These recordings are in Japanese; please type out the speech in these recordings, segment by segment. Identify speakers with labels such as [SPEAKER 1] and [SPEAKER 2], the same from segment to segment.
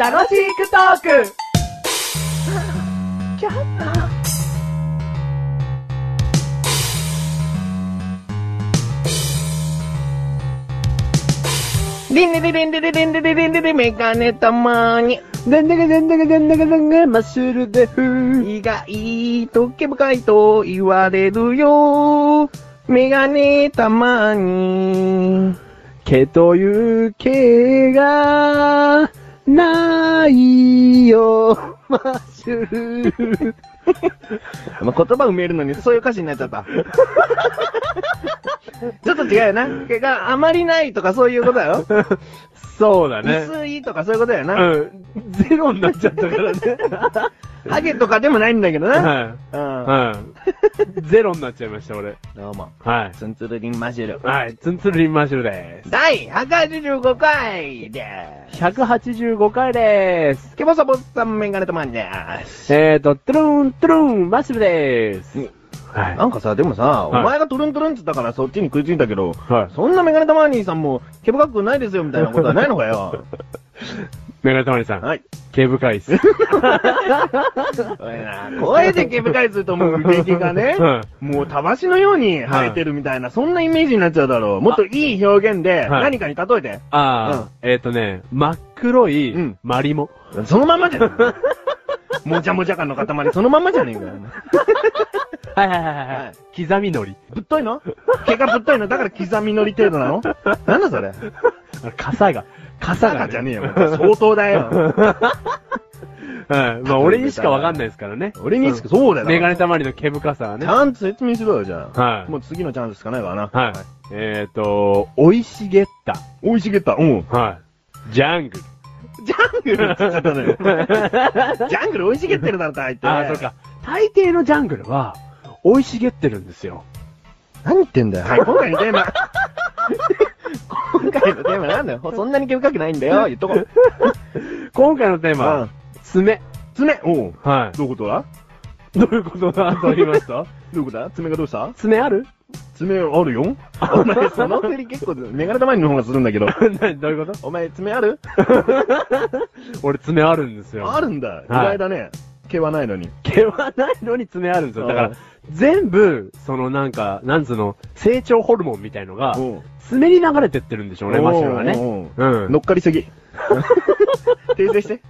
[SPEAKER 1] 楽しくトーク
[SPEAKER 2] リンリリリンリリリンリリリンリリメガネたまに。
[SPEAKER 1] でんでけでんでけでんでけでんでマッシュルでふー
[SPEAKER 2] 意外と毛深いと言われるよ。メガネたまに。
[SPEAKER 1] 毛という毛がないよマッシュル
[SPEAKER 2] まあ、言葉埋めるのにそういう歌詞になっちゃった。 ちょっと違うよな。毛があまりないとかそういうことだよ。
[SPEAKER 1] そうだね
[SPEAKER 2] 薄いとかそういうことだよな。
[SPEAKER 1] うんゼロになっちゃったからね
[SPEAKER 2] ハゲとかでもないんだけどな。
[SPEAKER 1] は
[SPEAKER 2] うん。
[SPEAKER 1] いはいゼロになっちゃいました俺
[SPEAKER 2] どうも。
[SPEAKER 1] はい
[SPEAKER 2] ツンツルリンマジル。
[SPEAKER 1] はいツンツルリンマッシュルです
[SPEAKER 2] 第185回です。
[SPEAKER 1] 185回です
[SPEAKER 2] ケボサボさんメガネとマンです。
[SPEAKER 1] えーと、トゥルン、トゥルン、マッシュルでー
[SPEAKER 2] うん
[SPEAKER 1] す。はい。
[SPEAKER 2] なんかさ、でもさ、お
[SPEAKER 1] はい
[SPEAKER 2] 前がトゥルントゥルンっつったからそっちに食いついたけど、
[SPEAKER 1] はい
[SPEAKER 2] そんなメガネたまにさんも、毛深くないですよみたいなことはないのかよ。
[SPEAKER 1] メガネたまりさん、
[SPEAKER 2] はい。
[SPEAKER 1] 毛深いっす。
[SPEAKER 2] おいな声で毛深いすると思う毛がね、
[SPEAKER 1] は
[SPEAKER 2] もうたわしのように生えてるみたいな、そんなイメージになっちゃうだろう。もっといい表現で、
[SPEAKER 1] はい
[SPEAKER 2] 何かに例えて。
[SPEAKER 1] あー、えーとね、真っ黒い
[SPEAKER 2] うん
[SPEAKER 1] マリモ。
[SPEAKER 2] そのまんまじゃん。 もじゃもじゃ感の塊、そのまんまじゃねえかよ。
[SPEAKER 1] はいはいはい
[SPEAKER 2] はい
[SPEAKER 1] い。刻み海苔。
[SPEAKER 2] ぶっといの毛がぶっといのだから刻みのり程度なのなんだそれ
[SPEAKER 1] あの傘が。傘が
[SPEAKER 2] 坂
[SPEAKER 1] ね。
[SPEAKER 2] じゃねえよ。相当だよ。
[SPEAKER 1] はい。まあ、俺にしかわかんないですからね。
[SPEAKER 2] 俺にしか、そうだよ。
[SPEAKER 1] メガネたまりの毛深さは
[SPEAKER 2] ち
[SPEAKER 1] ね。
[SPEAKER 2] ゃんと説明しろよ、じゃあ。
[SPEAKER 1] はい
[SPEAKER 2] もう次のチャンスしかないからな。
[SPEAKER 1] はい。えーと、生い茂った。
[SPEAKER 2] おいしげった。うん。
[SPEAKER 1] はい。ジャングル。
[SPEAKER 2] ジャングルって言っちゃったのよ。 ジャングルおいしげってるだろ、大抵。
[SPEAKER 1] あー、そう。か。大抵のジャングルは、生い茂ってるんですよ。
[SPEAKER 2] 何言ってんだよ。はい、今回のテーマ。今回のテーマなんだ よ。そんなに毛深くないんだよ。言っとこう。
[SPEAKER 1] 今回のテーマ
[SPEAKER 2] う
[SPEAKER 1] は
[SPEAKER 2] ん、
[SPEAKER 1] 爪。
[SPEAKER 2] 爪。おう。
[SPEAKER 1] は
[SPEAKER 2] どういうことだ
[SPEAKER 1] い。 どういうことだと言いますと
[SPEAKER 2] どういうことだ爪がどうした
[SPEAKER 1] 爪ある
[SPEAKER 2] 爪あるよ。お前、その振り結構、メガネ玉にの方がするんだけど。
[SPEAKER 1] 何どういうこ
[SPEAKER 2] お前、爪ある
[SPEAKER 1] と俺爪あるんですよ。
[SPEAKER 2] あるんだ。意
[SPEAKER 1] はい
[SPEAKER 2] 外だね。毛はないのに。
[SPEAKER 1] 毛はないのに爪あるんですよ。だから、全部、そのなんか、なんつうの、成長ホルモンみたいのが、
[SPEAKER 2] うん。
[SPEAKER 1] 爪に流れてってるんでしょうね、
[SPEAKER 2] おう
[SPEAKER 1] マシュルはね。
[SPEAKER 2] おう
[SPEAKER 1] うん。
[SPEAKER 2] 乗っかりすぎ。訂正 して。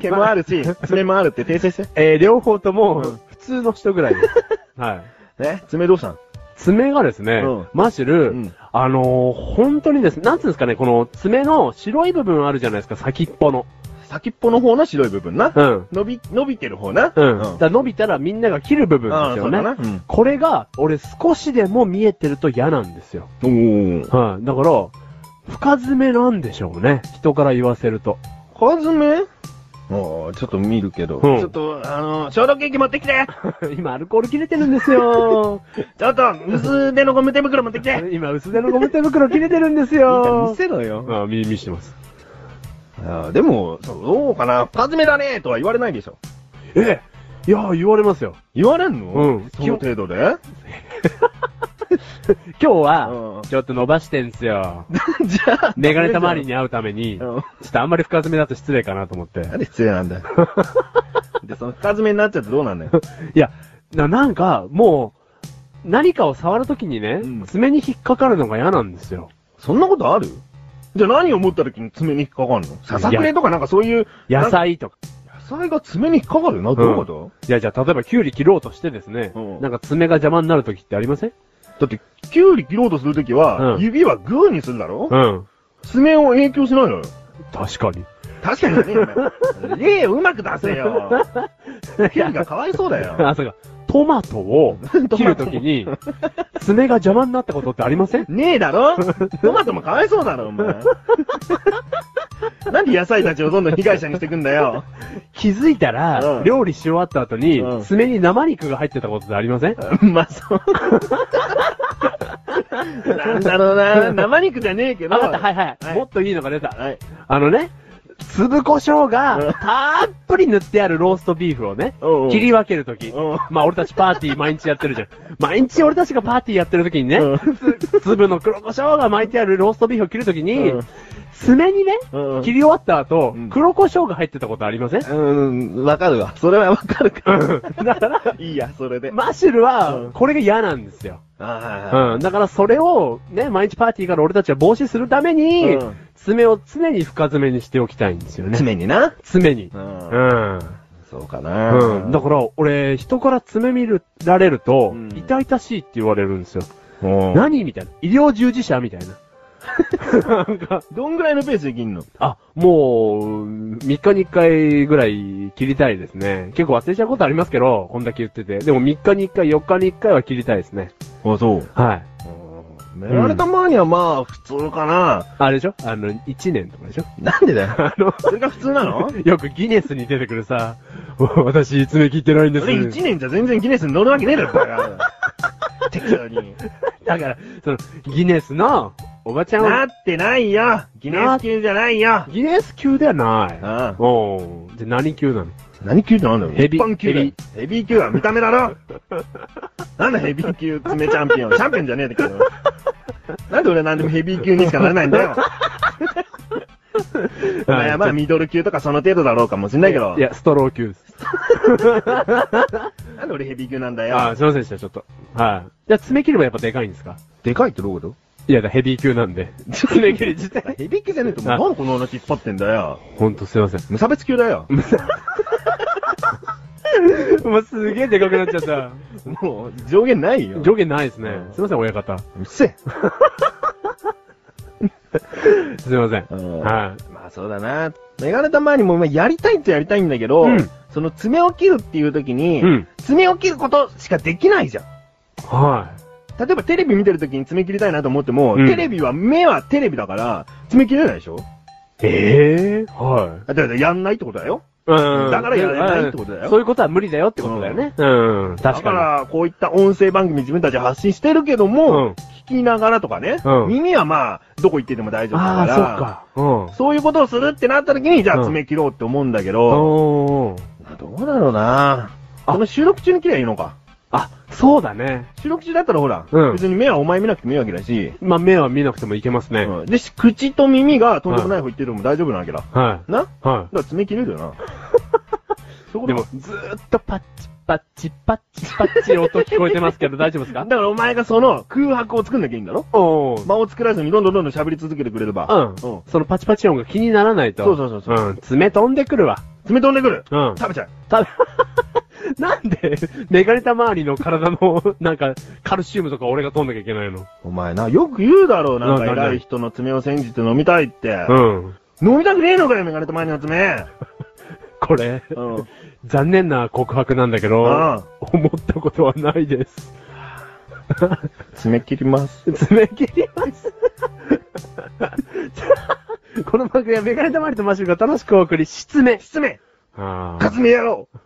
[SPEAKER 2] 毛もあるし、爪もあるって訂正して。
[SPEAKER 1] えー、両方とも
[SPEAKER 2] うん、
[SPEAKER 1] 普通の人ぐらいです。 はい。
[SPEAKER 2] ね、爪どうしたん
[SPEAKER 1] 爪がですね、
[SPEAKER 2] うん
[SPEAKER 1] マシュル、
[SPEAKER 2] うん
[SPEAKER 1] あのー本当にですね、なんつうんですかね、この爪の白い部分あるじゃないですか、先っぽの。
[SPEAKER 2] 先っぽの方の白い部分な。
[SPEAKER 1] うん。
[SPEAKER 2] 伸び、伸びてる方な。
[SPEAKER 1] うん。
[SPEAKER 2] う
[SPEAKER 1] だ
[SPEAKER 2] ん
[SPEAKER 1] から伸びたらみんなが切る部分
[SPEAKER 2] ああ
[SPEAKER 1] です
[SPEAKER 2] そ
[SPEAKER 1] よ
[SPEAKER 2] うだ
[SPEAKER 1] ね。
[SPEAKER 2] な。うん
[SPEAKER 1] これが、俺少しでも見えてると嫌なんですよ。
[SPEAKER 2] おー。
[SPEAKER 1] はい、だから、深爪なんでしょうね。人から言わせると。
[SPEAKER 2] はずめおー、ちょっと見るけど。
[SPEAKER 1] うん
[SPEAKER 2] ちょっと、あの、消毒液持ってきて
[SPEAKER 1] 今、アルコール切れてるんです よ。
[SPEAKER 2] ちょっと、薄手のゴム手袋持ってきて
[SPEAKER 1] 今、薄手のゴム手袋切れてるんです
[SPEAKER 2] 見
[SPEAKER 1] よ。
[SPEAKER 2] せろよ。
[SPEAKER 1] あ、見、見してます。
[SPEAKER 2] あーでも、そうどうかな深爪だねとは言われないでしょ。
[SPEAKER 1] ええいや、言われますよ。
[SPEAKER 2] 言われんの
[SPEAKER 1] うん
[SPEAKER 2] その程度で
[SPEAKER 1] 今日
[SPEAKER 2] うん
[SPEAKER 1] は、ちょっと伸ばしてん すよ。
[SPEAKER 2] じゃあ、
[SPEAKER 1] メガネたまりに会うために、ち
[SPEAKER 2] う
[SPEAKER 1] ょ
[SPEAKER 2] ん。
[SPEAKER 1] っとあんまり深爪だと失礼かなと思って。
[SPEAKER 2] なんで失礼なん だよ。で、その深爪になっちゃってどうなんだよ。
[SPEAKER 1] いや、ななんか、もう、何かを触るときにね、
[SPEAKER 2] うん
[SPEAKER 1] 爪に引っかかるのが嫌なんですよ。
[SPEAKER 2] そんなことあるじゃあ何を持った時に爪に引っかかるのささくれとかなんかそういう、
[SPEAKER 1] 野菜とか。
[SPEAKER 2] 野菜が爪に引っかかるな、どういうこと、
[SPEAKER 1] いや、じゃあ、例えば、キュウリ切ろうとしてですね、
[SPEAKER 2] うん
[SPEAKER 1] なんか爪が邪魔になるときってありません
[SPEAKER 2] だって、キュウリ切ろうとするときは、
[SPEAKER 1] うん
[SPEAKER 2] 指はグーにするだろ、
[SPEAKER 1] うん。
[SPEAKER 2] 爪を影響しないのよ。
[SPEAKER 1] 確かに。
[SPEAKER 2] 確かにね、お 前例をうまく出せよ。 キュウリがかわいそうだよ。
[SPEAKER 1] あ、そうか。トマ トを切るときに、爪が邪魔になったことってありません
[SPEAKER 2] ねえだろトマトもかわいそうだろ、お 前。なんで野菜たちをどんどん被害者にしてくんだよ。
[SPEAKER 1] 気づいたら、
[SPEAKER 2] うん
[SPEAKER 1] 料理し終わった後に、
[SPEAKER 2] うん
[SPEAKER 1] 爪に生肉が入ってたことってありません
[SPEAKER 2] うま そう。なんだろうな。生肉じゃねえけど。
[SPEAKER 1] わかった、はいはい、
[SPEAKER 2] はい
[SPEAKER 1] もっといいのが出た。
[SPEAKER 2] はい。
[SPEAKER 1] あのね、粒胡椒
[SPEAKER 2] うん
[SPEAKER 1] がたっぷり塗ってあるローストビーフをね、
[SPEAKER 2] おうおう
[SPEAKER 1] 切り分けるとき
[SPEAKER 2] うん、
[SPEAKER 1] まあ俺たちパーティー毎日やってるじゃん。毎日俺たちがパーティーやってるときにね
[SPEAKER 2] う、
[SPEAKER 1] つ粒の黒胡椒が巻いてあるローストビーフを切るときに
[SPEAKER 2] うん、
[SPEAKER 1] 爪にね、
[SPEAKER 2] うん
[SPEAKER 1] 切り終わった後、
[SPEAKER 2] うん
[SPEAKER 1] 黒胡椒が入ってたことありません
[SPEAKER 2] うん、わかるわ。それはわかるか
[SPEAKER 1] だから
[SPEAKER 2] ら。、いいや、それで。
[SPEAKER 1] マッシュル
[SPEAKER 2] う
[SPEAKER 1] は
[SPEAKER 2] ん、
[SPEAKER 1] これが嫌なんですよ。
[SPEAKER 2] あ
[SPEAKER 1] うん。だからそれを、ね、毎日パーティーから俺たちは防止するために、
[SPEAKER 2] うん
[SPEAKER 1] 爪を常に深爪にしておきたいんですよ
[SPEAKER 2] あ
[SPEAKER 1] ね。
[SPEAKER 2] 爪にな。
[SPEAKER 1] 爪に
[SPEAKER 2] う。ん
[SPEAKER 1] うん。
[SPEAKER 2] そうかな。
[SPEAKER 1] うん。だから、俺、人から爪見るられると、
[SPEAKER 2] うん
[SPEAKER 1] 痛々しいって言われるんですよ。
[SPEAKER 2] うん
[SPEAKER 1] 何みたいな。医療従事者みたいな。なんか、
[SPEAKER 2] どんぐらいのペースで切んの
[SPEAKER 1] あ、もう、3日に1回ぐらい切りたいですね。結構忘れちゃうことありますけど、こんだけ言ってて。でも3日に1回、4日に1回は切りたいですね。
[SPEAKER 2] あ、そう。
[SPEAKER 1] はい。
[SPEAKER 2] メラルたまにはまあ、普通かな。
[SPEAKER 1] あれでしょあの、1年とかでしょ
[SPEAKER 2] なんでだよ。
[SPEAKER 1] あの、
[SPEAKER 2] それが普通な の
[SPEAKER 1] よくギネスに出てくるさ、 私、爪切ってないんで
[SPEAKER 2] それ1
[SPEAKER 1] す。
[SPEAKER 2] 年じゃ全然ギネスに乗るわけねえだろ、バカ。 適当に。
[SPEAKER 1] だから、その、ギネスの、おばちゃん
[SPEAKER 2] な
[SPEAKER 1] は、
[SPEAKER 2] ってないよギネス級じゃないよあ
[SPEAKER 1] ギネス級ではない。
[SPEAKER 2] あ。
[SPEAKER 1] おー。で、何級なの
[SPEAKER 2] 何級ってなんだろう
[SPEAKER 1] ヘビ
[SPEAKER 2] 一般級だよヘビー級は見た目だ ろなんだヘビー級爪チャンピオン。チャンピオンじゃねえんだけど。なんで俺なんでもヘビー級にしかなれないんだよ。まあまあミドル級とかその程度だろうかもしんないけど
[SPEAKER 1] い。や、ストロー級です。
[SPEAKER 2] なんで俺ヘビー級なんだ
[SPEAKER 1] あ
[SPEAKER 2] よ。
[SPEAKER 1] ー、すいませんでした、ちょっと。はい。じゃあ、爪切りもやっぱでかいんですか
[SPEAKER 2] でかいってどういうこ
[SPEAKER 1] いや、だからヘビー級なんで。爪切り自体。
[SPEAKER 2] とヘビー級じゃねえと、もう
[SPEAKER 1] あ
[SPEAKER 2] なんでこの話引っ張ってんだよ。
[SPEAKER 1] ほんとすいません。
[SPEAKER 2] 無差別級だよ。
[SPEAKER 1] もうすげえでかくなっちゃった。
[SPEAKER 2] もう上限ないよ。
[SPEAKER 1] 上下ないですね
[SPEAKER 2] う。ん
[SPEAKER 1] すいません、親方。
[SPEAKER 2] うっせ
[SPEAKER 1] すいません。
[SPEAKER 2] え。
[SPEAKER 1] は
[SPEAKER 2] まあそうだな。メガネたまにもまあやりたいっちゃやりたいんだけど、
[SPEAKER 1] うん
[SPEAKER 2] その爪を切るっていう時
[SPEAKER 1] い。
[SPEAKER 2] に、
[SPEAKER 1] うん。
[SPEAKER 2] 爪を切ることしかできないじゃん。
[SPEAKER 1] は
[SPEAKER 2] 例えばテレビ見てる時に爪切りたいなと思っても、
[SPEAKER 1] うん
[SPEAKER 2] テレビは、目はテレビだから、爪切れないでしょ
[SPEAKER 1] い。ええは
[SPEAKER 2] だからやんないってことだよ。
[SPEAKER 1] い。うん
[SPEAKER 2] だからやらないってことだよ
[SPEAKER 1] そういうことは無理だよってことだよね。うん。
[SPEAKER 2] だ
[SPEAKER 1] 確
[SPEAKER 2] か、
[SPEAKER 1] から
[SPEAKER 2] こういった音声番組自分たち発信してるけど
[SPEAKER 1] に。う
[SPEAKER 2] も、
[SPEAKER 1] ん。
[SPEAKER 2] 聞きながらとかね、
[SPEAKER 1] うん
[SPEAKER 2] 耳はまあ、どこ行ってても大丈夫だ
[SPEAKER 1] あ
[SPEAKER 2] から、
[SPEAKER 1] あ、そっか。うん。
[SPEAKER 2] そういうことをするってなった時に、じゃ
[SPEAKER 1] う
[SPEAKER 2] あ
[SPEAKER 1] ん
[SPEAKER 2] 爪切ろうって思うんだけど、
[SPEAKER 1] おー。
[SPEAKER 2] どうだろうな
[SPEAKER 1] あ
[SPEAKER 2] この収録中に切りゃいいのか。
[SPEAKER 1] あ、そうだね。
[SPEAKER 2] 収録中だったらほら、
[SPEAKER 1] うん
[SPEAKER 2] 別に目はお前見なくてもいいわけだし、
[SPEAKER 1] まあ、目は見なくてもいけますね。
[SPEAKER 2] うんで、し口と耳がとんでもない方行ってるのも大丈夫なわけだ。
[SPEAKER 1] は
[SPEAKER 2] なだか
[SPEAKER 1] い。は
[SPEAKER 2] ら爪切れる よな。そ
[SPEAKER 1] い。
[SPEAKER 2] こ
[SPEAKER 1] で
[SPEAKER 2] だ
[SPEAKER 1] も、ずーっとパッチパッチパッチパッチ音聞こえてますけど、大丈夫ですか
[SPEAKER 2] だからお前がその空白を作んなきゃいいんだろ
[SPEAKER 1] おー。
[SPEAKER 2] 間を作らずにどんどんどんどん喋り続けてくれれば。
[SPEAKER 1] うん。
[SPEAKER 2] うん。
[SPEAKER 1] そのパチパチ音が気にならないと。
[SPEAKER 2] そうそうそうそう
[SPEAKER 1] うん。爪飛んでくるわ。
[SPEAKER 2] 爪飛んでくる。
[SPEAKER 1] うん。
[SPEAKER 2] 食べちゃう。
[SPEAKER 1] た、 なんで、 メガネタ周りの体の、 なんか、カルシウムとか俺が飛んなきゃいけないの。
[SPEAKER 2] お前な、よく言うだろう。なんか
[SPEAKER 1] なんだなんだ
[SPEAKER 2] 偉い人の爪を煎じて飲みたいって。
[SPEAKER 1] うん。
[SPEAKER 2] 飲みたくねえのかよ、メガネと前の爪。
[SPEAKER 1] これ、
[SPEAKER 2] うん。うん。
[SPEAKER 1] 残念な告白なんだけど、思ったことはないです。
[SPEAKER 2] 爪切ります。
[SPEAKER 1] 爪切り ます。この番組はメガネタ周りとマッシュルが楽しくお送り、失明。
[SPEAKER 2] 失明
[SPEAKER 1] あ
[SPEAKER 2] かつめやろう